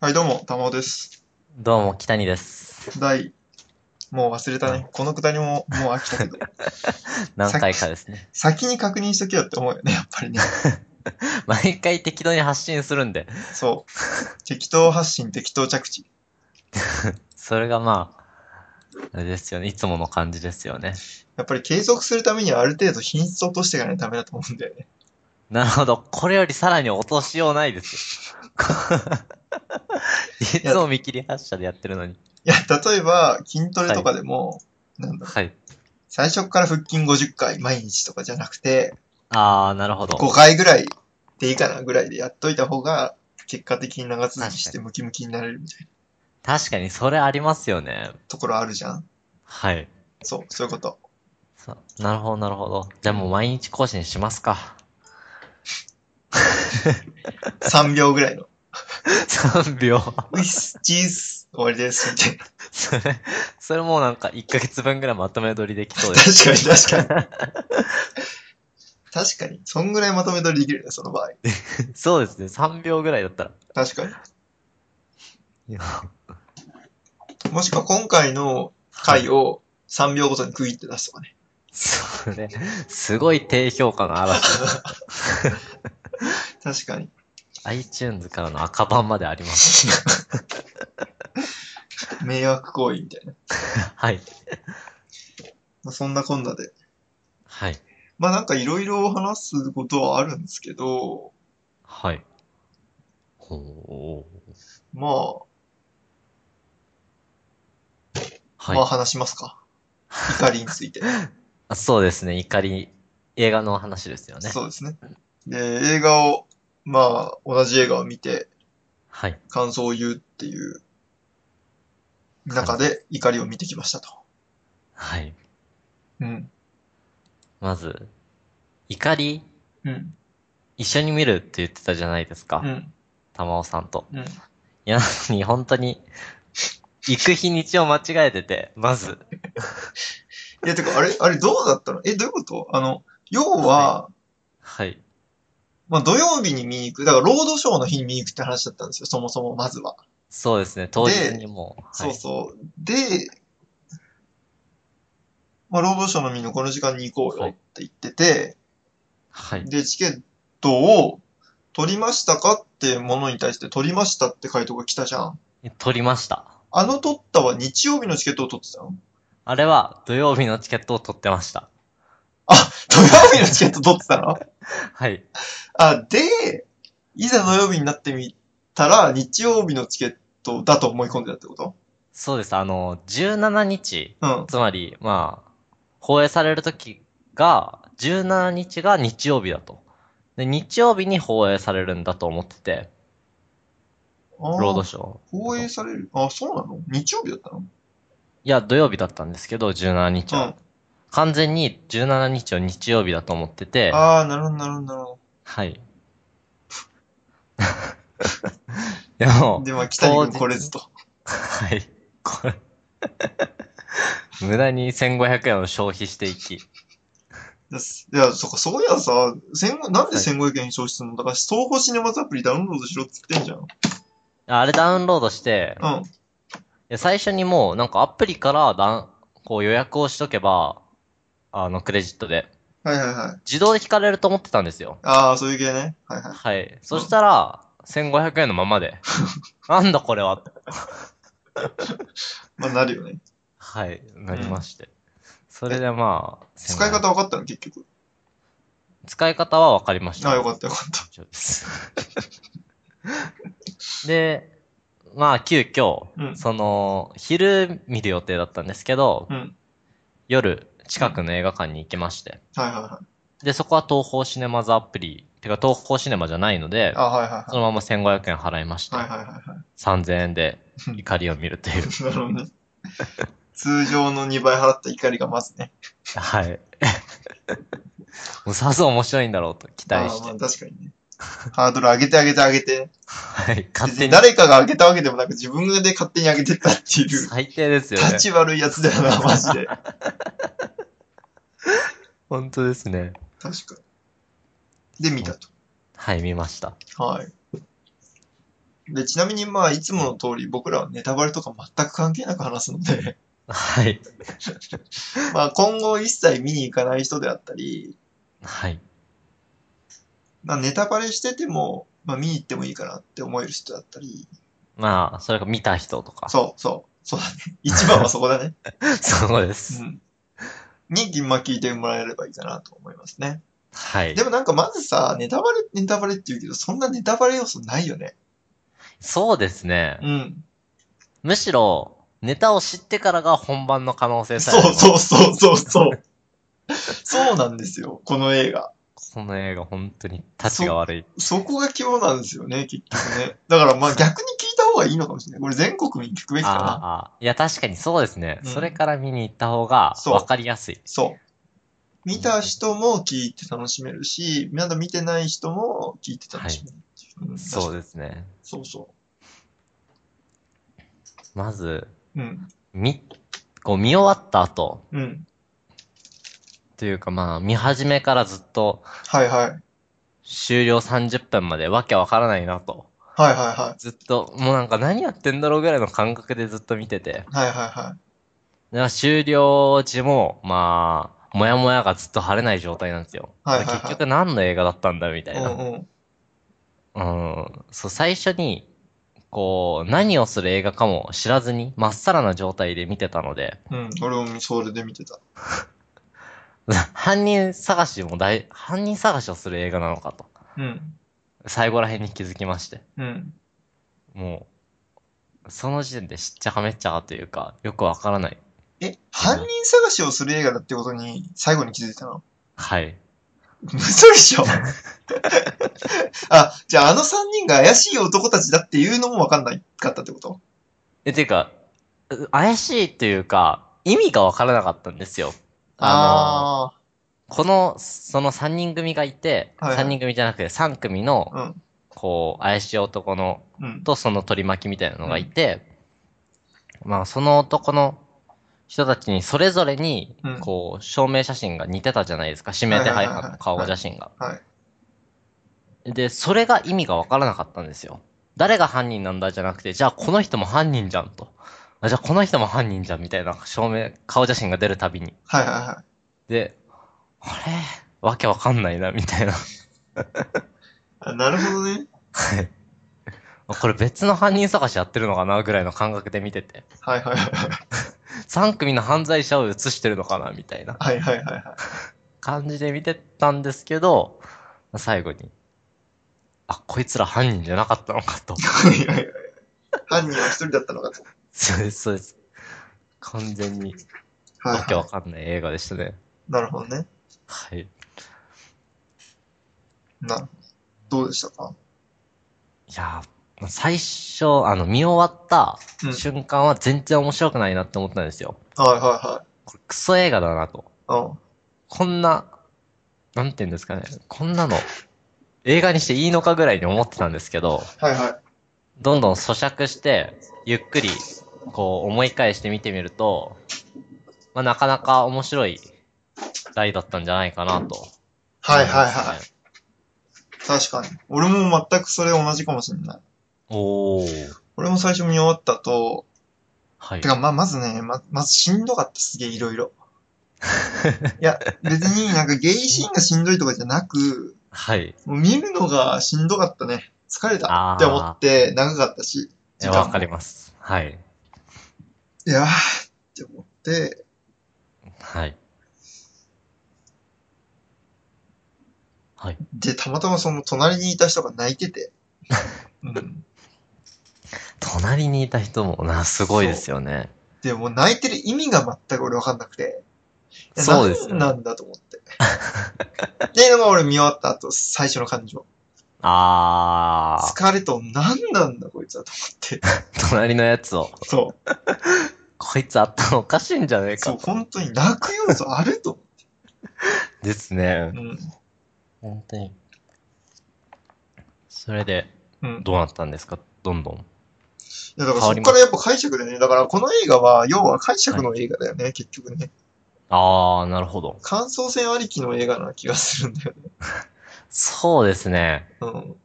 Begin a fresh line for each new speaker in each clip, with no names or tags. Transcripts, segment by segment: はい、どうも、玉尾です。
どうも、北に です。
第、もう忘れたね。このくだりももう飽きたけど、
何回かですね。
先に確認しとけよって思うよね、やっぱりね。
毎回適当に発信するんで、
そう。適当発信、適当着地。
それがまあ、あれですよね。いつもの感じですよね。
やっぱり継続するためにはある程度品質を落としていかないとダメだと思うんだよね。
なるほど。これよりさらに落としようないですよ。いつも見切り発車でやってるのに。
いや、例えば、筋トレとかでも、なんだろう、
はい。
最初から腹筋50回毎日とかじゃなくて、
あー、なるほど。
5回ぐらいでいいかなぐらいでやっといた方が、結果的に長続きしてムキムキになれるみたい
確かにそれありますよね。
なところあるじゃん。
はい。
そう、そういうこと。
そなるほど、なるほど。じゃあもう毎日更新しますか。
3秒ぐらいの。
3秒。
ウィス、チーズ、終わり です。みたいな。
それ、それもうなんか1ヶ月分ぐらいまとめ撮りできそうです。
確かに確かに。 確かに。そんぐらいまとめ取りできるね、その場合。
そうですね。3秒ぐらいだったら。
確か
いや
に。もしくは今回の回を3秒ごとに区切って出すとかね。
それ、すごい低評価の嵐。
確かに。
iTunes からの赤版まであります。
迷惑行為みたいな。
はい。
まあ、そんなこんなで。
はい。
まあなんかいろいろ話すことはあるんですけど、
はい。ほう。
まあ、
はい、
まあ話しますか。 怒りについて。
あ。そうですね。怒り、映画の話ですよね。
そうですね。で、映画を、まあ同じ映画を見て、
はい。
感想を言うっていう中で怒りを見てきましたと。
はい。
うん。
まず、怒り、
うん。
一緒に見るって言ってたじゃないですか。
うん。
玉尾さんと。
うん。
いや、なのに、本当に、行く日にちを間違えてて、まず。
いや、てか、あれ、あれどうだったのえ、どういうことあの、要は、
はい。
まあ、土曜日に見に行く。だから、ロードショーの日に見に行くって話だったんですよ。そもそも、まずは。
そうですね。当日にもう。
そうそう。で、まあ、ロードショーの見のこの時間に行こうよって言ってて、
はい。はい。
で、チケットを取りましたかってものに対して取りましたって回答が来たじゃん。
撮りました。
あの取ったは日曜日のチケットを取ってたの
あれは土曜日のチケットを取ってました。
あ、土曜日のチケット取ってたの
はい。
あ、で、いざ土曜日になってみたら、日曜日のチケットだと思い込んでたってこと
そうです。あの、17日、
うん。
つまり、まあ、放映される時が、17日が日曜日だと。で、日曜日に放映されるんだと思ってて、
あ
ロードショー。
放映されるあ、そうなの日曜日だったの
いや、土曜日だったんですけど、17日は。
うん
完全に17日を日曜日だと思ってて、
ああ、なるほど、なるほど、なるほ
はい。 でも
ど。、で、まあ、北に
当日
来れずと。
はい。これ無駄に1500円を消費していき。
ですいや、そっか、そういやさ、千五なんで1500円消費するのだから、東宝シネマズアプリダウンロードしろって言ってんじゃん。
ああれダウンロードして、い
うん。
や最初にもうなんかアプリからだんこう予約をしとけば、あのクレジットで、
はいはいはい。
自動で引かれると思ってたんですよ。
ああ、そういう系ね。はいはい。
はい。そしたら、1500円のま まで。なんだこれは。
まあ、なるよね。
はい。なりまして。それでまあ、
使
1500
い方分かったの、結局。
使い方は分かりました。
ああ、よかったよかった。
大丈夫です。 で、まあ、急遽、
うん
その、昼見る予定だったんですけど、
うん
夜、近くの映画館に行きまして。
はいはいはい。
で、そこは東宝シネマズアプリ、てか東宝シネマじゃないので、
ああ、はいはいはい
そ。のまま1500円払いまして、
はいはいはいは
3000円で怒りを見るとい
い。
う。
なるほどね。 通常の2倍払った怒りがまずね。
はい。 もうさぞ面白いんだろうと期
あ
待し
あまあ
て。
確かにね。ハードル上げて上げて上げて。
はい。勝
別
手
に
に。
誰かが上げたわけでもなく自分で勝手に上げてったっていう。
最低ですよね。
立ち悪いやつだよ な、マジで。
本当ですね。
確かに。で、見たと。
はい、見ました。
はい。で、ちなみにまあ、いつもの通り僕らはネタバレとか全く関係なく話すので、
はい。
まあ今後一切見に行かない人であったり、
はい。
まあネタバレしてても、まあ見に行ってもいいかなって思える人だったり、
まあ、それか見た人とか。
そう、そう、そうだね。 一番はそこだね。
そうで
う
す。
ん。に、まあ聞いてもらえればいいかなと思いますね。
はい
で。もなんかまずさ、ネタバレ、ネタバレって言うけど、そんなネタバレ要素ないよね。
そうですね
う。ん。
むしろ、ネタを知ってからが本番の可能性さえあ
そうそう
う。
そうそうそう。そう なんですよ、この映画。
この映画本当に、立ちが悪い。
そこが肝なんですよね、結局ね。だからまあ逆に聞いた方がいいのかもしれない。これ全国民に聞くべきかな。
ああ、いや確かにそうですね。
うん
それから見に行った方が
そう
分かりやすい。
そう。見た人も聞いて楽しめるし、まだ見てない人も聞いて楽しめるっていう。うん
そう
確か
ですね。
にそうそ
まず、
う。うん。
み、こう見終わった後、
うん。
というかまあ見始めからずっと
はいはい。はい
終了30分までわけわからないなと。
はいは
ずっと、もうなんか何やってんだろうぐらいの感覚でずっと見てて。
い。はいはいは
だから終了時も、まあ、もやもやがずっと晴れない状態なんですよ。
はいはいはい
結局何の映画だったんだみたい
い。
な。
うんうん。
うん、そう、最初に、こう、何をする映画かも知らずに、まっさらな状態で見てたので、
うん。俺もそれで見てた。
犯人探しも大、犯人探しをする映画なのかと、
うん。
最後ら辺に気づきまして、
うん。
もう、その時点でしっちゃかめっちゃかというか、よくわからない。
え、犯人探しをする映画だってことに最後に気づいたの
はい。
嘘でしょあ、じゃああの3人が怪しい男たちだっていうのもわかんないかったってこと
え、ていうか、う怪しいというか、意味がわからなかったんですよ。あ
あ
の、この、その3人組がいて、
はいはい
3人組じゃなくて3組の、
ー。
こう、怪しい男の
うん。うん。
とその取り巻きみたいなのがいて、まあその男の人たちにそれぞれに
うん、
こう、証明写真が似てたじゃないですか。指名手配犯の顔写真が。
はい。
で、それが意味がわからなかったんですよ。誰が犯人なんだじゃなくて、じゃあこの人も犯人じゃんと。あじゃあこの人も犯人じゃんみたいな証明、顔写真が出るたびに。
はいはいはい。
で、あれわけわかんないな、みたいな。
あなるほどね。
はいこれ別の犯人探しやってるのかなぐらいの感覚で見てて。
はいはいはい。
3組の犯罪者を映してるのかなみたいな
はいはいはいはい。
感じで見てたんですけど、最後に、あ、こいつら犯人じゃなかったのかと。
いやいやいや犯人は一人だったのかと。
そうです、そうです。完全に、
はい
わけわかんない映画でしたね。
なるほどね。
はい。い
なるほど。どうでしたか
やー、最初、あの、見終わった
うん。はい
瞬間は全然面白くないなって思ったんですよ。
は
これクソ映画だなと。
いはい。うん。
こんな、なんて言うんですかね。こんなの、映画にしていいのかぐらいに思ってたんですけど、
はいは
どんどん咀嚼して、ゆっくり、こう思い返して見てみると、まあ、なかなか面白い題だったんじゃないかなと、
い。はいはいはい。確かに。俺も全くそれ同じかもしれない。
おー。
俺も最初見終わったと、
はい
て。かまあまずね、ま、まずしんどかったすげえいろいろ。いや、別になんかゲイシーンがしんどいとかじゃなく、
はい。
もう見るのがしんどかったね。疲れたって思って長かったし、
い
時
や
間も
わかります。はい。
いやーって思って、
はい。はい。
で、たまたまその隣にいた人が泣いて て。うん。
隣にいた人もな、すごいですよね。
でも泣いてる意味が全く俺わかんなくて。いや
そうですよね
何なんだと思って。っていうのが俺見終わった後、最初の感情。
あ
疲れと何なんだこいつはと思 って。
ー、隣のやつを、
そう。
こいつあったのおかしいんじゃねえ
そう、
か。
本当に泣く要素あると。
ですね
う。ん。
本当に。それで、
うん。
どうなったんですかどんどん。
いやだから
変
そこ
わりま
か
す
らやっぱ解釈だよね。だからこの映画は、要は解釈の映画だよね、結局ね。
ああ、なるほど。
感想戦ありきの映画な気がするんだよね。
そうですね。
うん。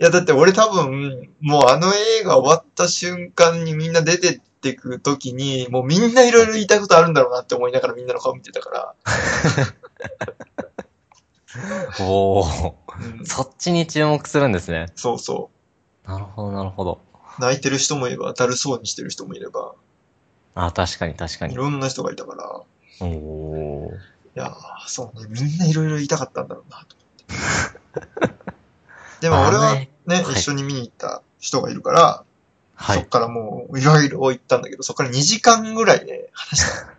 いや、だって俺多分、もうあの映画終わった瞬間にみんな出てってくときに、もうみんないろいろ言いたいことあるんだろうなって思いながらみんなの顔見てたから。
おお。
うん、
そっちに注目するんですね。
そうそ
なるほど、なるほど。
う。泣いてる人もいれば、だるそうにしてる人もいれば、
あ、確かに確か
い
に。
ろんな人がいたから。
おお。
いやー、そうね。みんないろいろ言いたかったんだろうな、と思って。でも俺
あ
は
の
ね
ね、はい
一緒に見に行った人がいるから、
は
そっ
い。
からもういろいろ言ったんだけど、そっから2時間ぐらいね、話した。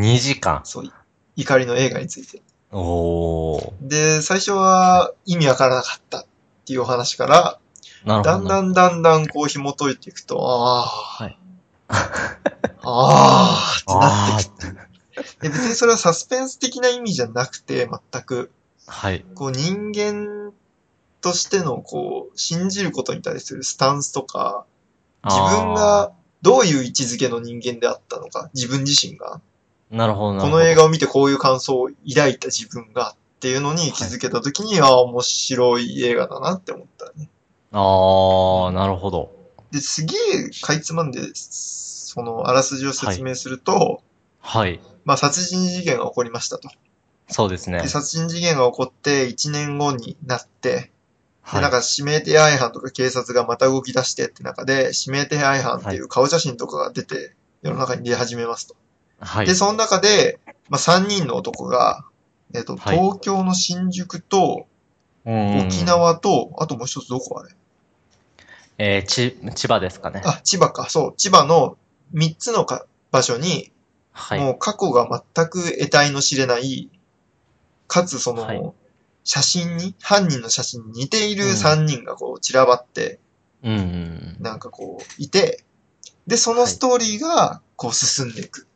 2時間。
そう、怒りの映画について。
おお。
で、最初は意味わからなかったっていうお話から、
なるほど。
だんだんだんだんこう紐解いていくと、ああ、
はい
ああ、ってな
あ
ってきて。で別にそれはサスペンス的な意味じゃなくて、全く。
あ。はい。
こう人間としてのこう、信じることに対するスタンスとか、自分
あ
がどういう位置づけの人間であったのか、自分自身が、
ー。なるほど、な
こ
るほど。
の映画を見てこういう感想を抱いた自分がっていうのに気づけた時に、ああ、面白い映画だなって思ったね。
ああ、なるほど。
で、すげえかいつまんで、その、あらすじを説明すると、
はい。
まあ、殺人事件が起こりましたと。
そうですね
で、。殺人事件が起こって1年後になって、
は
で、
い
なん。か指名手配犯とか警察がまた動き出してって中で、指名手配犯っていう顔写真とかが出て、世の中に出始めますと。
はい
で、。その中で、まあ、3人の男が、えっ、と、
はい
東京の新宿と、沖
沖。
縄と、あともう一つどこあれ
えー、ち、千葉ですかね。
あ、千葉か。そう、千葉の3つのか場所に、
はい。
もう過去が全く得体の知れない、かつその、
はい
写真に、犯人の写真に似ている
うん
3人がこう散らばって、
うんうん。
なんかこう、いて、で、そのストーリーがこう進んでいく。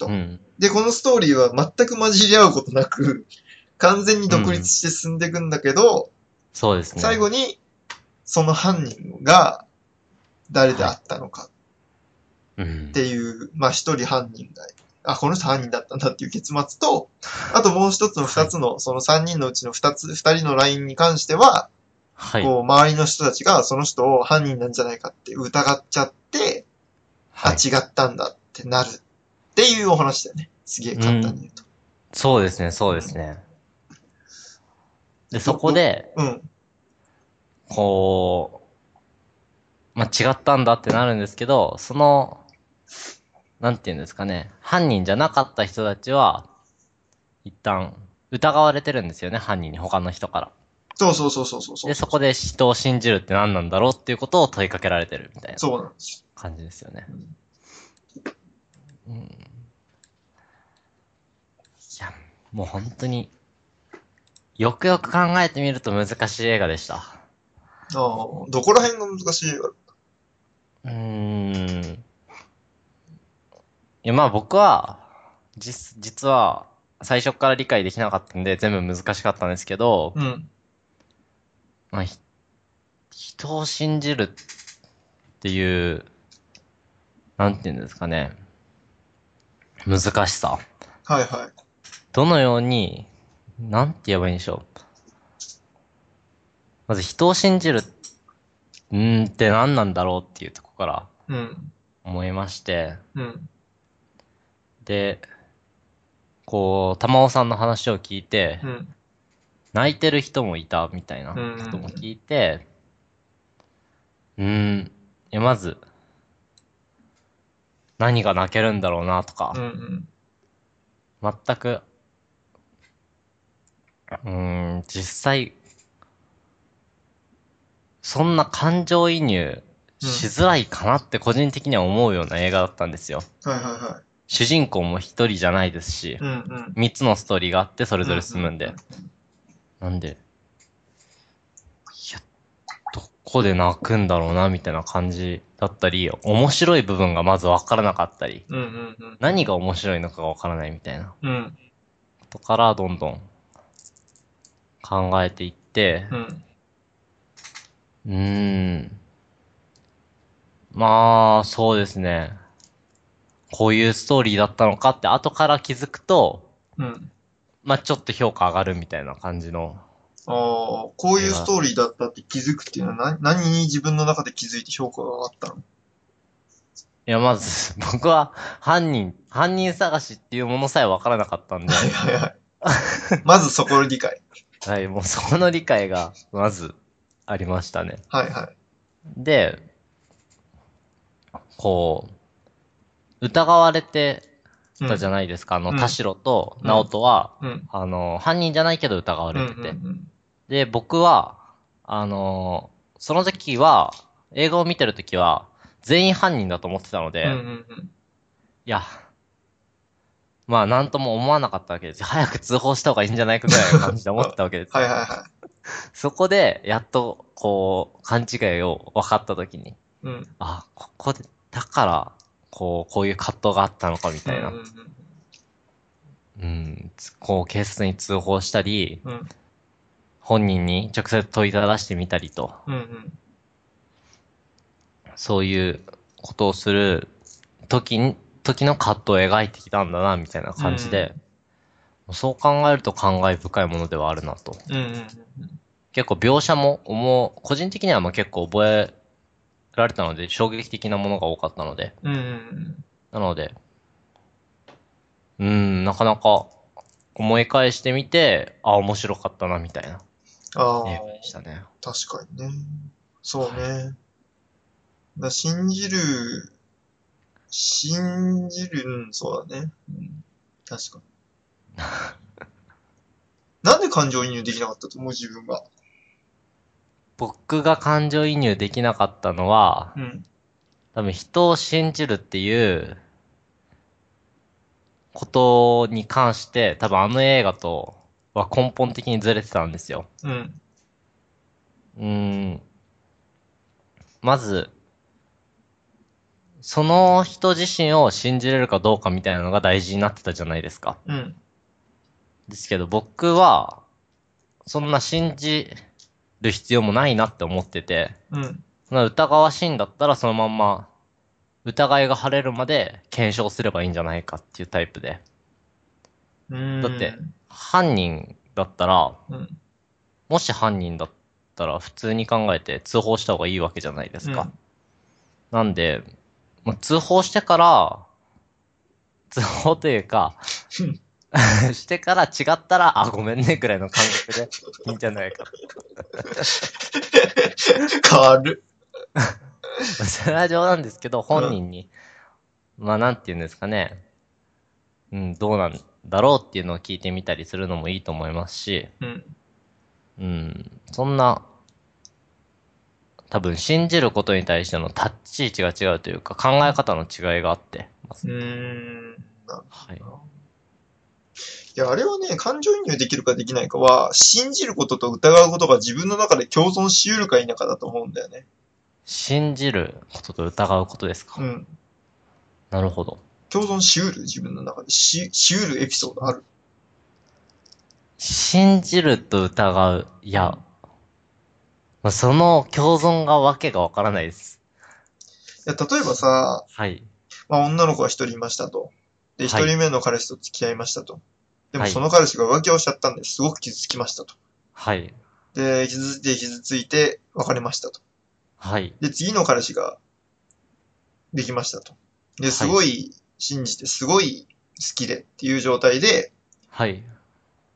うん。
で、このストーリーは全く混じり合うことなく、 完全に独立して進んでいくんだけど、
そうですね。
最後に、その犯人が誰であったのか
うん
っ。ていう、まあ一人犯人が、あ、この人犯人だったんだっていう結末と、あともう一つの二つの、その三人のうちの二つ、二人のラインに関しては、
はい。
こう周りの人たちがその人を犯人なんじゃないかって疑っちゃって、あ、
はい
違ったんだってなるっていうお話だよね。すげえ簡単に言うと。
そうですね、そうですね。で、そこで、
うん。
こう、まあ、違ったんだってなるんですけど、その、なんていうんですかね、犯人じゃなかった人たちは、一旦、疑われてるんですよね、犯人に、他の人から。
そうそうそうそうそうそう。
で、そこで人を信じるって何なんだろうっていうことを問いかけられてるみたいな
そうなんです
感じですよね。うん。いや、もう本当に、よくよく考えてみると難しい映画でした。
よ。ああ、どこら辺が難しいか
うーん。いや、まあ僕は、実、実は、最初から理解できなかったんで、全部難しかったんですけど、
うん。
まあ、ひ人を信じるっていう、なんていうんですかね、難しさ。
はいはい。
どのように、なんて言えばいいんでしょう。まず人を信じる、うーんって何なんだろうっていうとこから
うん。
思いまして、
うん。
で、こう、玉尾さんの話を聞いて、
うん。
泣いてる人もいたみたいなことも聞いて、うーん、いやまず、何が泣けるんだろうなとか
う、ん。
全く、うーん、実際、そんな感情移入しづらいかなって個人的には思うような映画だったんですよ。
はいはいは
主人公も一人じゃないですし
い。う、んうん。
三つのストーリーがあってそれぞれ進むん
う
で
ん。
なんで、いや、どこで泣くんだろうな、みたいな感じだったり、面白い部分がまずわからなかったり、
うんうんうん。
何が面白いのかがわからないみたいな
うん
ことからどんどん考えていって、
うん。
うーん。まあ、そうですね。こういうストーリーだったのかって後から気づくと、
うん。
まあちょっと評価上がるみたいな感じの
ああ、こういうストーリーだったって気づくっていうのは何、何に自分の中で気づいて評価が上がったの
いや、まず、 僕は犯人、犯人探しっていうものさえ分からなかったんで、
はいはいはい。まずそこの理解。
はい、もうそこの理解が、まず、ありましたね。
はいはい。
で、こう、疑われて
うん
たじゃないですか。あ
う
の、
ん
田代と直人は、
うん。
あの、犯人じゃないけど疑わ
うんう
れ
ん
てて。
うん。
で、僕は、あのその時は、映画を見てる時は、全員犯人だと思ってたので、
うんう
い
んうん。
や、まあ、なんとも思わなかったわけですよ。早く通報した方がいいんじゃないかぐらいの感じで思ってたわけです。
はいはいは
そこで、やっと、こう、勘違いを分かった時に、
い。うん。
あ、ここで、だから、こう、こういう葛藤があったのかみたいな。
うんうん
うん、つこう、警察に通報したり、
うん。うん
本人に直接問いただしてみたりと、
うんうん。
そういうことをする時に、時の葛藤を描いてきたんだな、みたいな感じで、そう考えると感慨深いものではあるなと。
うんうんうん
結構描写も思う、個人的にはもう結構覚えられたので、衝撃的なものが多かったので、
うん。うんうん
なので、うーん、なかなか思い返してみて、あ、面白かったな、みたいな
ああ、
映画でしたね。
確かにね。そうね。だ信じる、信じる、うん、そうだね。うん、確 かに。なんで感情移入できなかったと思う自分が。
僕が感情移入できなかったのは、
うん。
多分人を信じるっていうことに関して、多分あの映画とは根本的にずれてたんですよ。
うん。
うーん。まず、その人自身を信じれるかどうかみたいなのが大事になってたじゃないですか。
うん。
ですけど僕は、そんな信じる必要もないなって思ってて、
うん。
そんな疑わしいんだったらそのまんま疑いが晴れるまで検証すればいいんじゃないかっていうタイプで。
うん。
だって犯人だったら、
うん。
もし犯人だったら普通に考えて通報した方がいいわけじゃないですか。
うん
なんで、まあ、通報してから、通報というか、
うん
してから違ったら、あ、ごめんね、くらいの感覚でいいんじゃないか。
変わる。
それは冗談ですけど、本人に、まあなんて言うんですかね、うん、どうなんだろうっていうのを聞いてみたりするのもいいと思いますし、
うん。
うん、そんな、多分信じることに対しての立ち位置が違うというか、考え方の違いがあって、
うーん。な
はい。
いや、あれはね、感情移入できるかできないかは、信じることと疑うことが自分の中で共存し得るか否かだと思うんだよね。
信じることと疑うことですか、
うん。
なるほど。
共存し得る自分の中で。し、し得るエピソードある。
信じると疑う。いや、まあ、その共存がわけがわからないです。
いや、例えばさ、
はい。
まあ、女の子が一人いましたと。で、一
はい
人目の彼氏と付き合いましたと。でも、
はい
その彼氏が浮気をしちゃったんですごく傷つきましたと。
はい。
で、傷ついて傷ついて別れましたと。
はい。
で、次の彼氏ができましたと。で、すごい信じて、すごい好きでっていう状態で、
はい。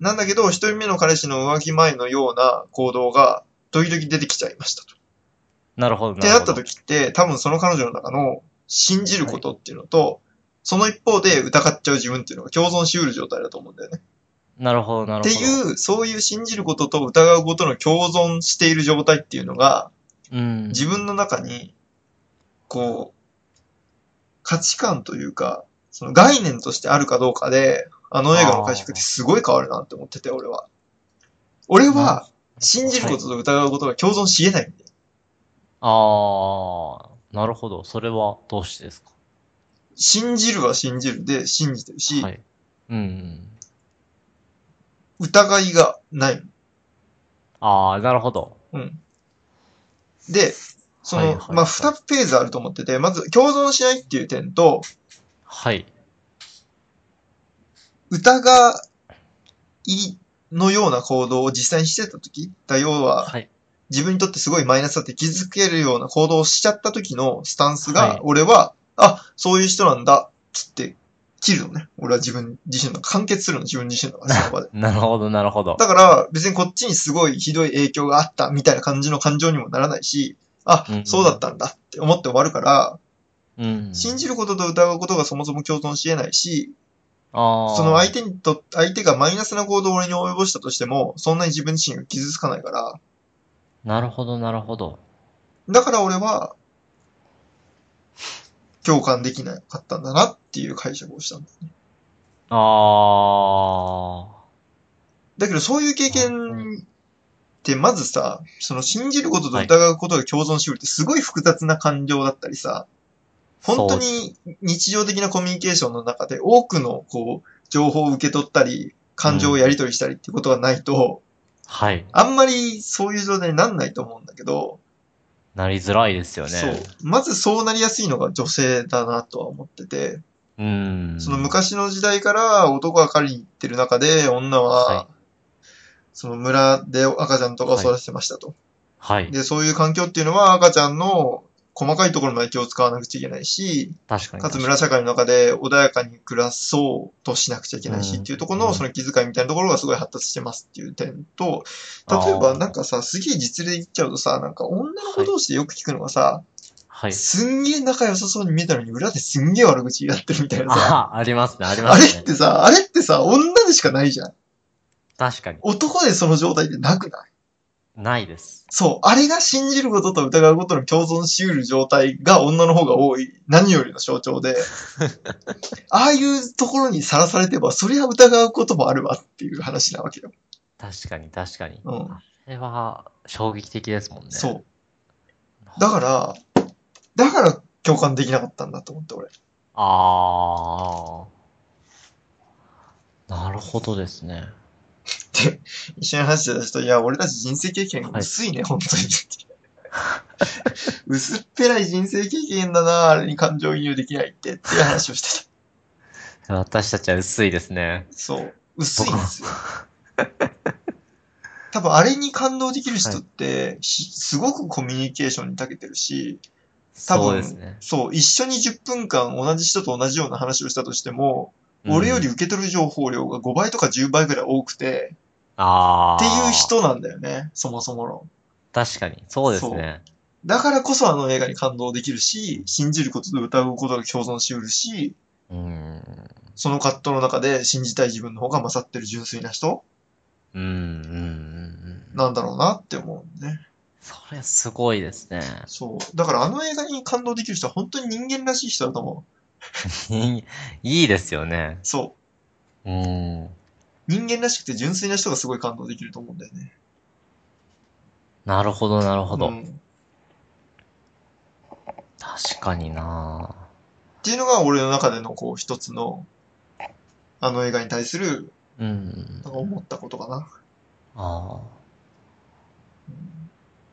なんだけど、一人目の彼氏の浮気前のような行動が、時々出てきちゃいましたと。
なるほど。
ってなった
るほど
時って、多分その彼女の中の信じることっていうのと、その一方で疑っちゃう自分っていうのが共存しうる状態だと思うんだよね。
なるほど、なる
っ
ほ
て
ど。
いう、そういう信じることと疑うことの共存している状態っていうのが、
うん。
自分の中に、こう、価値観というか、その概念としてあるかどうかで、あの映画の解釈ってすごい変わるなって思ってて、俺は。俺は、信じることと疑うことが共存し得ないんだよ。
ああ、なるほど。それはどうしてですか
信じるは信じるで信じてるし、
はい。うんうん。
疑いがない。
ああ、なるほど。
うん。で、その、
はいはい
まあ、二ページあると思ってて、まず共存しないっていう点と、
はい。
疑いのような行動を実際にしてた時だ要は、
はい。
自分にとってすごいマイナスだって気づけるような行動をしちゃった時のスタンス
はい
が、俺は、あ、そういう人なんだ、つって切るのね。俺は自分自身の、完結するの、自分自 身の、その場で。
なるほど、なるほど。
だから別にこっちにすごいひどい影響があったみたいな感じの感情にもならないし、あ
う、ん
そうだったんだって思って終わるから、
うん。
信じることと疑うことがそもそも共存し得ないし、
ああ。
その相手にと、相手がマイナスな行動を俺に及ぼしたとしても、そんなに自分自身が傷つかないから、
なるほど、なるほど。
だから俺は、共感できなかったんだなっていう解釈をしたんだ。
ああ。
だけどそういう経験ってまずさ、その信じることと疑うことが共存しうるってすごい複雑な感情だったりさ、本当に日常的なコミュニケーションの中で多くのこう、情報を受け取ったり、感情をやり取りしたりってことがないと、
はい。
あんまりそういう状態になんないと思うんだけど、
なりづらいですよね。
そう。。まずそうなりやすいのが女性だなとは思ってて、
うん。
その昔の時代から男は狩りに行ってる中で、女
はい
は、その村で赤ちゃんとかを育ててましたと。
はい。
で、そういう環境っていうのは赤ちゃんの細かいところまで気を使わなくちゃいけないし、
確かに。
かつ村社会の中で穏やかに暮らそうとしなくちゃいけないし
うん
っていうところ
う
の
ん
その気遣いみたいなところがすごい発達してますっていう点と、
あー
例えばなんかさ、すげえ実例言っちゃうとさ、なんか女の子同士でよく聞くのがさ、
はい。
すんげえ仲良さそうに見えたのに裏ですんげえ悪口言い合ってるみたいなさ、
ああ、ありますね、ありま
あれ
すね
っ。てさ、あれってさ、女でしかないじゃん。
確かに。
男でその状態ってなくない
ないです。
そう。あれが信じることと疑うことの共存しうる状態が女の方が多い。何よりの象徴で。ああいうところにさらされてば、そりゃ疑うこともあるわっていう話なわけよ。
確かに、確かに。
うん
あれは、衝撃的ですもんね。
そう。だから、だから共感できなかったんだと思って、俺。
ああ。なるほどですね。
一緒に話してた人、いや、俺たち人生経験薄いね、本当に。 薄っぺらい人生経験だな、あれに感情移入できないって、っていう話をしてた。
私たちは薄いですね。
そう。薄いん ですよ。多分あれに感動できる人って、しすごくコミュニケーションに長けてるし、多分
そうですね。
そう、一緒に10分間同じ人と同じような話をしたとしても、俺より
うん
受け取る情報量が5倍とか10倍ぐらい多くて、
ああ。
っていう。人なんだよね、そもそもの。
確かに。そうですね。
だからこそあの映画に感動できるし、信じることと疑うことが共存しうるし、
うん。
その葛藤の中で信じたい自分の方が勝ってる純粋な人
うん、うん、うん。
なんだろうなって思うね。
それすごいですね。
そう。だからあの映画に感動できる人は本当に人間らしい人だと思う。
いいいいですよね。
そう。
うん。
人間らしくて純粋な人がすごい感動できると思うんだよね。
なるほど、なるほど。
うん。っ
確かにな
ていうのが俺の中でのこう一つの、あの映画に対する、
うん
な。んか思ったことかな。
ああ。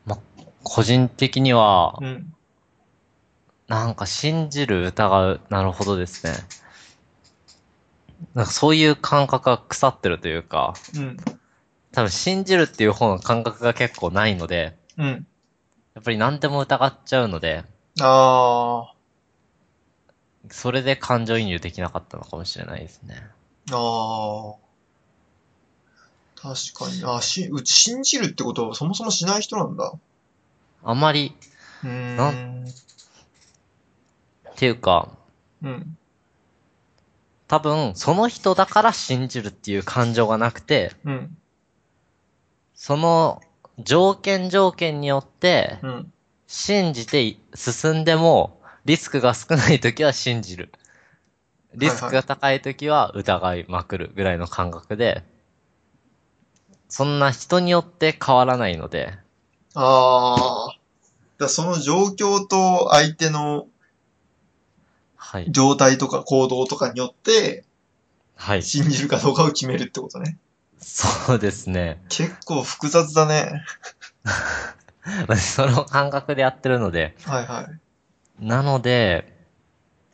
ま、個人的には、
うん。
なんか信じる、疑う、なるほどですね。なんかそういう感覚が腐ってるというか、
うん。
多分信じるっていう方の感覚が結構ないので、
うん。
やっぱり何でも疑っちゃうので、
あ
それで感情移入できなかったのかもしれないですね。
ー。あー。確かに。あーし、うち信じるってことはそもそもしない人なんだ。
あまり、
うー。
なんっていうか、
うん。
多分、その人だから信じるっていう感情がなくて、
うん。
その条件条件によって、
うん。
信じて進んでも、リスクが少ない時は信じる。リスクが高い時は疑いまくるぐらいの感覚で、そんな人によって変わらないので、
あー。だからその状況と相手の
はい。
状態とか行動とかによって、
はい。
信じるかどうかを決めるってことね。
そうですね。
結構複雑だね。
その感覚でやってるので、
はいはい。
なので、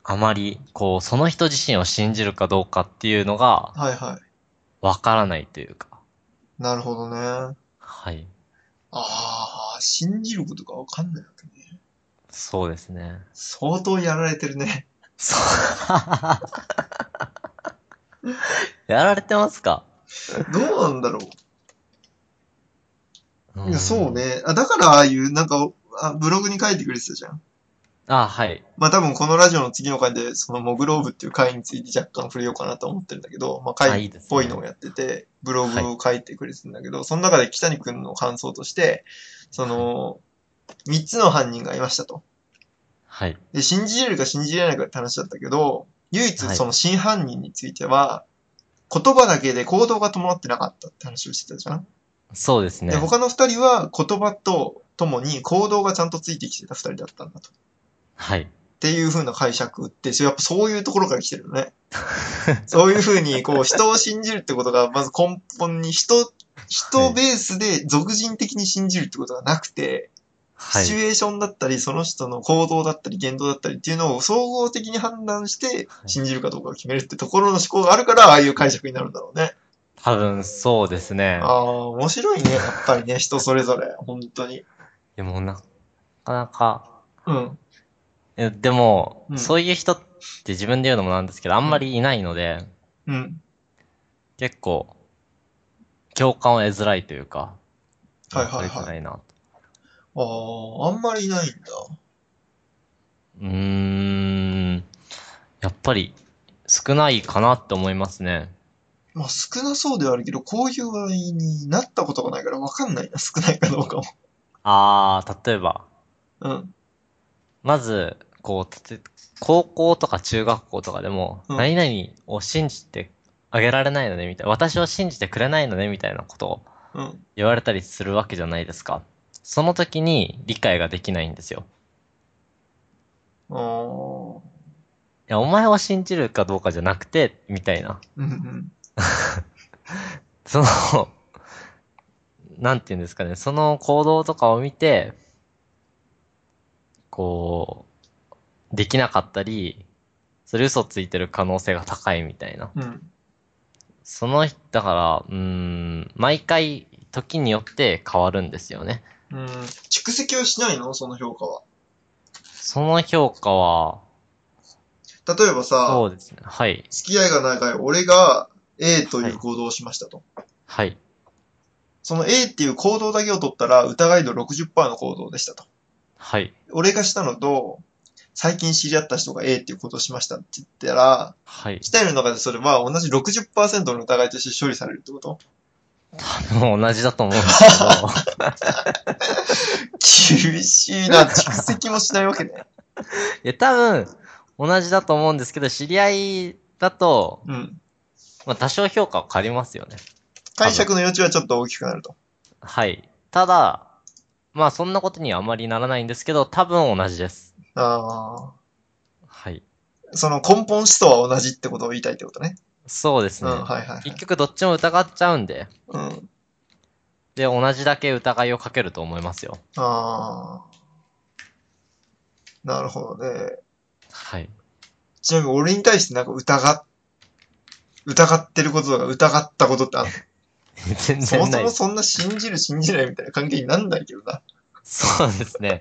あまり、こう、その人自身を信じるかどうかっていうのが、
はいはい。
わからないというか、
なるほどね。あ
はい。
あ、信じることがわかんないわけね。
そうですね。
相当やられてるね。
そう。 やられてますか
どうなんだろう。
ん
いや、そう。ね。あ、だからああいう、なんか、あブログに書いてくれてたじゃん。
あ、はい。
まあ多分このラジオの次の回で、そのモグローブっていう会について若干触れようかなと思ってるんだけど、まあ
あ
会
い
っ
いですね
ぽいのをやってて、ブログを書いてくれてるんだけど、その中で北にくんの感想として、その、3つの犯人がいましたと。
はい。
で、信じれるか信じれないかって話だったけど、唯一
はい
その真犯人については、言葉だけで行動が伴ってなかったって話をしてたじゃん。
そうですね
で、。他の二人は言葉とともに行動がちゃんとついてきてた二人だったんだと。っ
はい。
ていう風な解釈って、そうやっぱそういうところから来てるよ ね。そういう風に、こう、人を信じるってことが、まず根本に人、人ベースで俗人的に信じるってことがなくて、
は
シチュ
い。
エーションだったり、その人の行動だったり、言動だったりっていうのを総合的に判断して、
はい
信じるかどうかを決めるってところの思考があるから、ああいう解釈になるんだろうね。
多分そうですね。
ああ、面白いね、やっぱりね、人それぞれ、本当に。
でもなかなか。
うん。
えでも、
うん
そういう人って自分で言うのもなんですけど、あんまりいないので、
うん。
結構、共感を得づらいというか、
はいはい
得づ
はい。
らいなと。
ああ、あんまりいないんだ。
うーん、やっぱり少ないかなって思いますね。
まあ少なそうではあるけど、こういう話題になったことがないから分かんないな、少ないかどうかも。
あー、例えば、
うん。
まず、こう、たと高校とか中学校とかでも、
うん
何々を信じてあげられないのね、みたいな、私を信じてくれないのね、みたいなことを
うん。
言われたりするわけじゃないですか。その時に理解ができないんですよ。
ああ。
いや、お前を信じるかどうかじゃなくて、みたいな。
うんうん。
その、なんて言うんですかね、その行動とかを見て、こう、できなかったり、それ嘘ついてる可能性が高いみたいな。
うん。
その、だから、うーん、毎回、時によって変わるんですよね。
うん。蓄積はしないのその評価は。
その評価は、
例えばさ、
そうですね。はい。
付き合いが長い俺が A という行動をしましたと。
はい。
その A っていう行動だけを取ったら疑い度60%の行動でしたと。
はい。
俺がしたのと、最近知り合った人が A っていう行動をしましたって言ったら、
はい。
期待の中でそれは同じ60%の疑いとして処理されるってこと
多分同じだと思うんですけど。
厳しいな。蓄積もしないわけね。
いや、多分、同じだと思うんですけど、知り合いだと、
うん。
まあ、多少評価は変わりますよね。
解釈の余地はちょっと大きくなると。
はい。ただ、まあ、そんなことにはあまりならないんですけど、多分同じです。
ああ。
はい。
その根本思想は同じってことを言いたいってことね。
そうです
うん、
ね。
はいはい、はい
結局、どっちも疑っちゃうんで、
うん。
で、同じだけ疑いをかけると思いますよ。
ああ。なるほどね。
はい。
ちなみに俺に対してなんか疑っ、疑ってることとか疑ったことってあんの
全
そも
然な
そ
い
も
です。
そんな信じる信じないみたいな関係になんないけどな。
そうですね。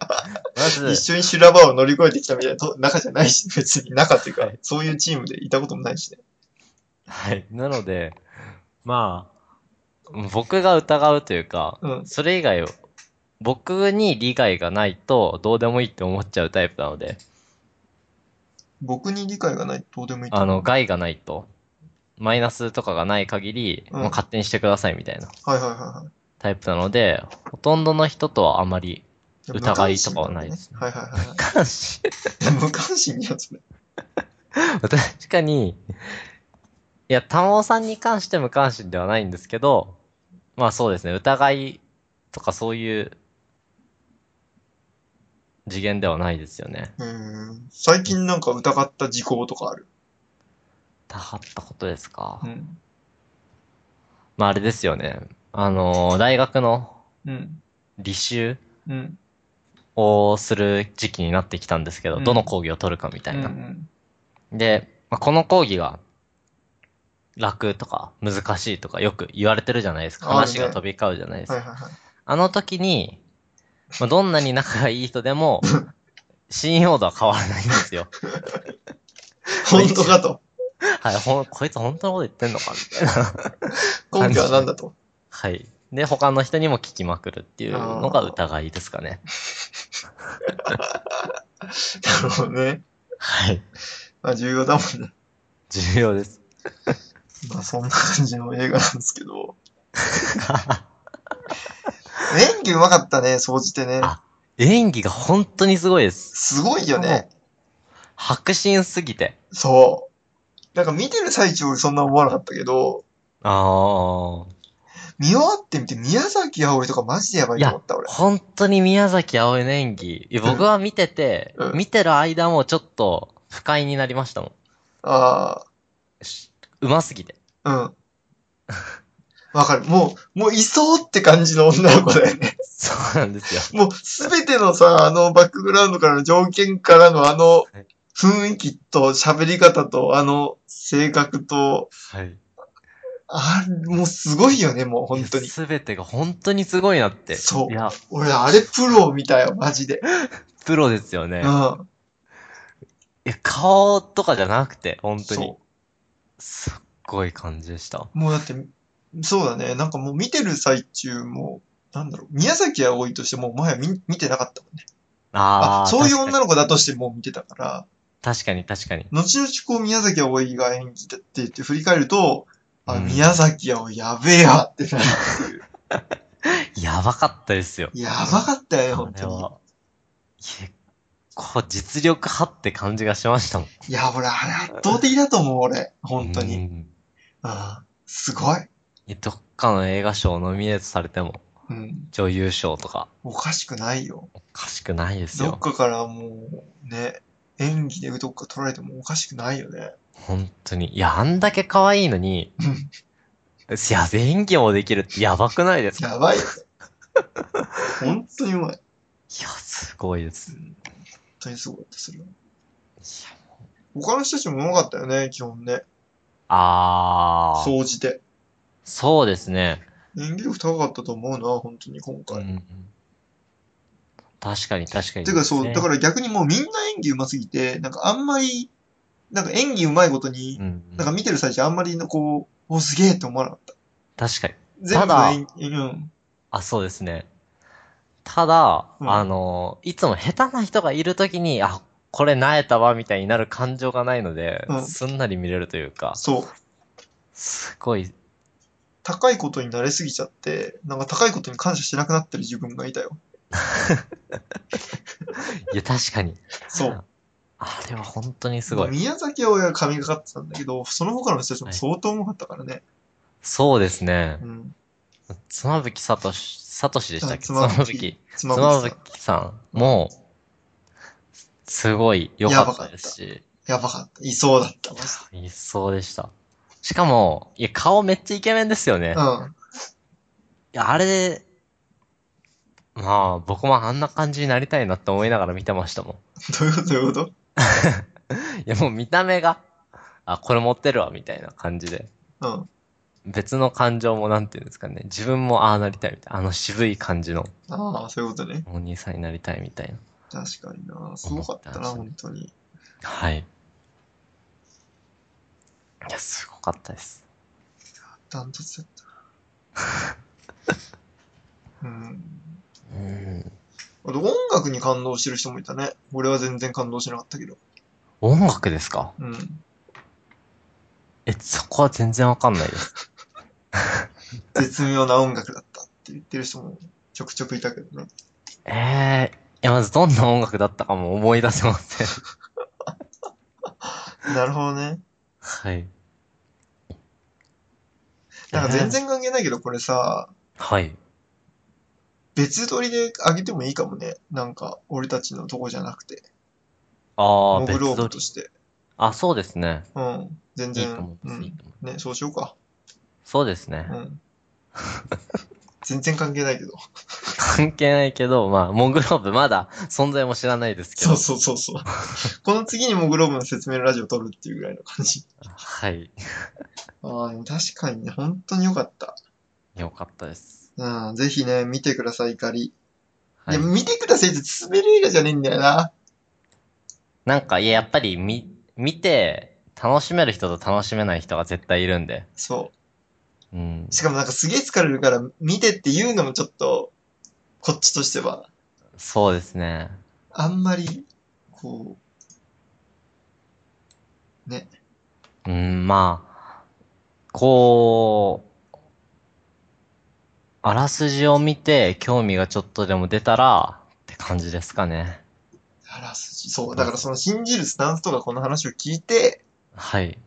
まず
一、緒に修羅場を乗り越えてきたみたいなと 仲じゃないし、別に仲っていうか
はい、
そういうチームでいたこともないしね。
はい。なので、まあ、僕が疑うというか、
うん。
それ以外を、僕に理解がないとどうでもいいって思っちゃうタイプなので、
僕に理解がないとどうでもいいと。
あの、害がないと、マイナスとかがない限り、
うん
もう勝手にしてくださいみたいな
はいはいはいはい。
タイプなので、ほとんどの人とはあまり、
でも
疑いとかはないですね
無関心なんだねはいはいは
関心
いはい。無関心にやつね。
確かに、いや、タモさんに関して無関心ではないんですけど、まあそうですね、疑いとかそういう次元ではないですよね。
うん。最近なんか疑った事項とかある。
疑ったことですか。
うん。
まああれですよね。あの、大学の
うん。
履修
うん。
をする時期になってきたんですけど、
うん
どの講義を取るかみたいな。
うん
で、まあ、この講義が、楽とか難しいとかよく言われてるじゃないですか。
あるね
話が飛び交うじゃないです
はい
か。
はいはい。
あの時に、まあ、どんなに仲がいい人で も、信用度は変わらないんですよ。
本当か と。
はい、ほん、こいつ本当のこと言ってんのかみたいな。
根拠は何だと。
はい。で、他の人にも聞きまくるっていうのが疑いですかね。
なるほどね。
はい。
まあ重要だもんね。
重要です。
まあそんな感じの映画なんですけど。演技うまかったね、総じてね。
あ演技が本当にすごいです。
すごいよね。
白真すぎて。
そう。なんか見てる最中俺そんな思わなかったけど、
あ
見終わってみて宮崎あおいとかマジでやばいと思った
あ。
俺。
本当に宮崎葵の演技。いや僕は見てて、
うん
見てる間もちょっと不快になりましたもん。
あ
しうますぎて。
あ、うん。わかる。もう、もういそうって感じの女の子だよ ね。
そうなんですよ。
もうすべてのさ、あのバックグラウンドからの条件からのあの
はい
雰囲気と喋り方とあの性格と、
はい。
あもうすごいよね、もう本当に。
すべてが本当にすごいなって。
そう
いや、
俺、あれプロみたいよ、マジで。
プロですよね。
うん。本
いや、顔とかじゃなくて、本当に。すっごい感じでした。
もうだって、そうだね。なんかもう見てる最中も、なんだろう、宮崎葵としてもう前は見見てなかったもんね。
あ
あ
あ。
そういう女
の
の子だとしてもう見てたから、
確かに確かに。
後々こう宮崎葵が演技だって言って振り返ると、あ、
うん
宮崎葵やべえやって なるっていう。
やばかったですよ。
やばかったよね、
こ
本
れ
当に。
は。結構実力派って感じがしましたもん。
いや、俺、あれ圧倒的だと思う、俺。本当に。
に。
うん。すごい。
どっかの映画賞ノミネートされても、
うん。
女優賞とか、
おかしくないよ。
おかしくないです
どっ
よ。
かからもう、ね、演技でどっか取られてもおかしくないよね。
本当に。いや、あんだけ可愛いのに、いや、演技もできるってやばくないですか
やばいよね。本当にうまい。本
いや、すごいです。い
当にすごかった、それは。
や
他の人たちもうまかったよね、基本ね。
あー。
総じて。
そうですね。
演技力高かったと思うな、本当に今
う
回。
ん確かに確かに。、
てかそう、だからら逆にもうみんな演技うますぎて、なんかあんまり、なんか演技うまいことに
う、ん、
なんか見てる最中あんまりのこう、お、すげえって思わなかった。
確かに。
全部
ただ
演技、うん。
あ、そうですね。ただ、
うん
あの、いつも下手な人がいるときに、あ、これなえたわ、みたいになる感情がないので、
うん
すんなり見れるというか、
そう。
すごい、
高いことに慣れすぎちゃって、なんか高いことに感謝しなくなってる自分がいたよ。
いや、確かに。
そう。
あれは本当にすごい。
宮崎葵が神がかってたんだけど、その他の人たちも相当重かったからね。
そうですね
う。ん。
妻夫木聡、聡でしたっけ
あ妻
妻
夫木
夫木。
つまぶ
妻
きさん。
夫木さんも、すごい良かったですし、
やばかった。いそうだった、マジ
いそうでした。しかも、いや、顔めっちゃイケメンですよね。
で。うん。
いや、あれで、まあ、僕もあんな感じになりたいなって思いながら見てましたも
どういうことどういうこと
ん。いや、もう見た目が、あ、これ持ってるわ、みたいな感じで。
うん。
別の感情もなんていうんですかね。自分もああなりたいみたいな。あの渋い感じの
ああ、そういうことね。
お兄さんになりたいみたいな。
確かにな。すごかったな、
思っ
本当に。
はい。いや、すごかったです。
ダントツだった。うん。
うん。
あと音楽に感動してる人もいたね。俺は全然感動しなかったけど。
音楽ですか
うん。
え、そこは全然わかんないです。
絶妙な音楽だったって言ってる人もちょくちょくいたけどね。
ええいや、まずどんな音楽だったかも思い出せません。
なるほどね。
はい。
なんか全然関係ないけど、これさ、
はい。
別撮りであげてもいいかもね。なんか、俺たちのとこじゃなくて。
ああ、
モグ
別
ロー
撮
ブと
り。
して。
あ、そうですね。
うん。全
いい
然。
と思いうます。いい
ん。
と思います
ね、そうしようか。
そうですね
う。ん。全然関係ないけど。
関係ないけど、まあ、モングローブまだ存在も知らないですけど。
そうそうそうそ う。この次にモグローブの説明ラジオ撮るっていうぐらいの感じ。
はい。
ああ、でも確かにね、本当に良かった。
よかったです。
うん、ぜひね、見てください、怒り。
はい
いや、。見てくださいって滑る映画じゃねえんだよな。
なんか、いや、やっぱり、み、見て、楽しめる人と楽しめない人が絶対いるんで。
そ
うん
う。。しかもなんかすげえ疲れるから、見てって言うのもちょっと、こっちとしては、
そうですね。
あんまり、こう、ね、
うん、まあ、こう、あらすじを見て、興味がちょっとでも出たら、って感じですかね。
あらすじ。そう、だからその信じるスタンスとかこの話を聞いて、
はい。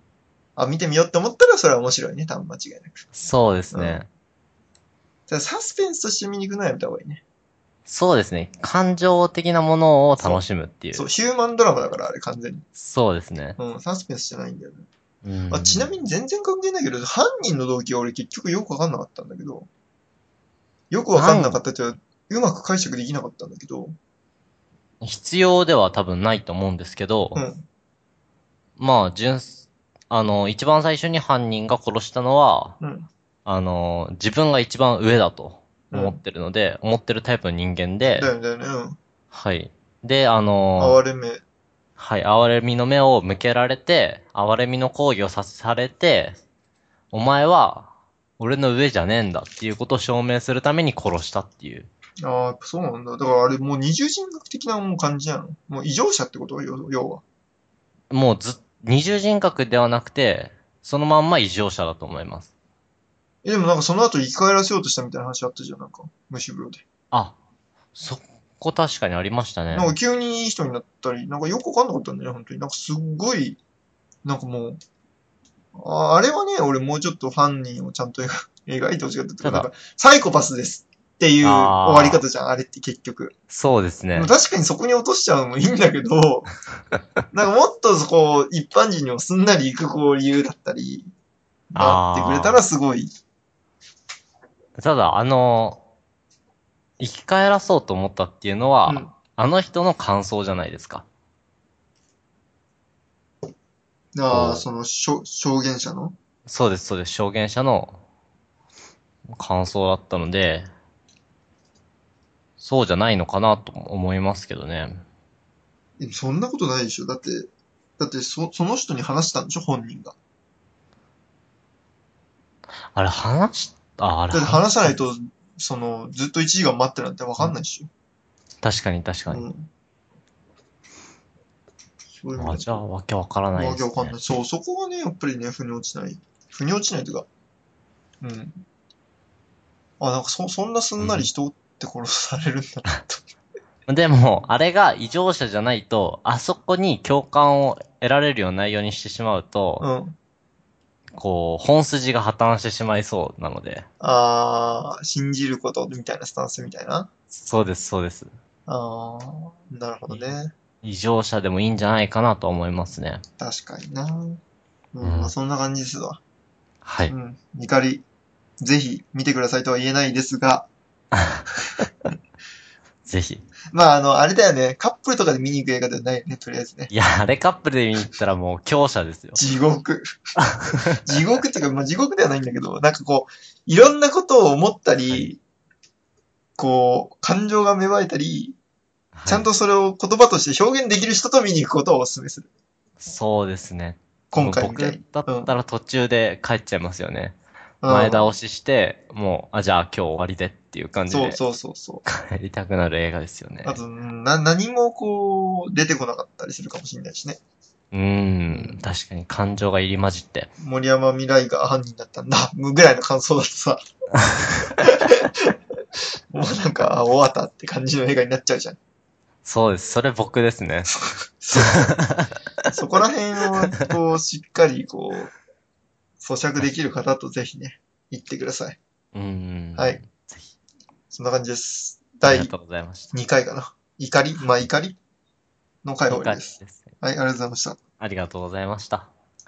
あ、見てみようって思ったらそれは面白いね、多分間違いなく。
そうですね。
ただサスペンスとして見に行くのはやめた方がいいね。
そうですね。感情的なものを楽しむっていう。
そ
そう
う、ヒューマンドラマだから、あれ完全に。
ですね。
うん、サスペンスじゃないんだよね。
うん
あちなみに全然関係ないけど、犯人の動機は俺結局よくわかんなかったんだけど、よくわかんなかったというか、うまく解釈できなかったんだけど、
必要では多分ないと思うんですけど、
うん、
まあ、純す、あの、一番最初に犯人が殺したのは、
うん、
あの、自分が一番上だと思ってるので、思ってるタイプの人間で
だ、よね、だよね、うん。
はい。で、あの、
哀れめ、
はい、哀れみの目を向けられて、哀れみの抗議をさされて、お前は、俺の上じゃねえんだっていうことを証明するために殺したっていう。
ああ、やっぱそうなんだ。だからあれもう二重人格的なもう感じなのもう異常者ってことよ要は。
もうず、二重人格ではなくて、そのまんま異常者だと思います。
え、でもなんかその後生き返らせようとしたみたいな話あったじゃん、なんか、無視風呂で。
あ、そこ確かにありましたね
な。んか急にいい人になったり、なんかよくわかんなかったんだよね、本当に。なんかすっごい、なんかもう、ああれはね、俺もうちょっと犯人をちゃんと描 描いてほしかったっていうか
ただ
なんかサイコパスですっていう
あー
終わり方じゃん、あれって結局。
そうですね
でも。確かにそこに落としちゃうのもいいんだけ ど、なんかもっとこう、一般人にもすんなりいくこう理由だったり、
あ
な
ー
ってくれたらすごい。
ただ、あの、生き返らそうと思ったっていうのは、
うん
あの人の感想じゃないですか。
あ
こ
あ、
う
そのしょ、証言者の
そうです、そうです。証言者の感想だったので、そうじゃないのかなと思いますけどね。
でもそんなことないでしょ。だって、だってそ、その人に話したんでしょ、本人が。
あれ話し、あ、あれ
だって話さないと、その、ずっと1時間待ってなんて分かんないっし
確かに確
ょ。
かに。
うん。そういう意味
あ、
だ
じゃあ、
と
わけわからない
わ
で
け
す、ね。
わかんない。そう、そこはね、やっぱりね、腑に落ちない。腑に落ちないというか、うん。あ、なんかそ、そんなすんなり人って殺されるんだなと。
でも、あれが異常者じゃないと、あそこに共感を得られるような内容にしてしまうと、
うん。
こう、本筋が破綻してしまいそうなので。
あー、信じることみたいなスタンスみたいな。
そうです、そうです。
あー、なるほどね。
異常者でもいいんじゃないかなと思いますね。
確かにな。うん、
ん
まあそんな感じですわ。。
はいう
ん。怒り、ぜひ見てくださいとは言えないですが、
ぜひ。
まあ、あの、あれだよね。カップルとかで見に行く映画ではないよね、とりあえずね。
いや、あれカップルで見に行ったらもう強者ですよ。
地 獄。地獄っていうか、まあ、地獄ではないんだけど、なんかこう、いろんなことを思ったり、
は
こう、感情が芽生えたり、
はい
ちゃんとそれを言葉として表現できる人と見に行くことをお勧めする。
そうですね。
今
も
回
う
みたいに
僕。だったら途中で帰っちゃいますよね。
うん
前倒しして、もう、あ、じゃあ今日終わりでっていう感じ
そう
で
そうそうそう。
帰りたくなる映画ですよね。
あと、うんな、 何もこう、出てこなかったりするかもしれないしね。
うーん、確かに感情が入り混じって。
森山未来が犯人だったんだ、 ぐらいの感想だとさ。もうなんか、あ終わったって感じの映画になっちゃうじゃん。
そうです。それ僕ですね。
そそこら辺を、こう、しっかり、こう、咀嚼できる方とぜひね、行ってください。
うーん。
はい。
ぜひ。
そんな感じです。
あ
第
りがとうございました。
2回かな。怒りまあ、怒りの回
了
終わ
解
りです。はい、ありがとうございました。
ありがとうございました。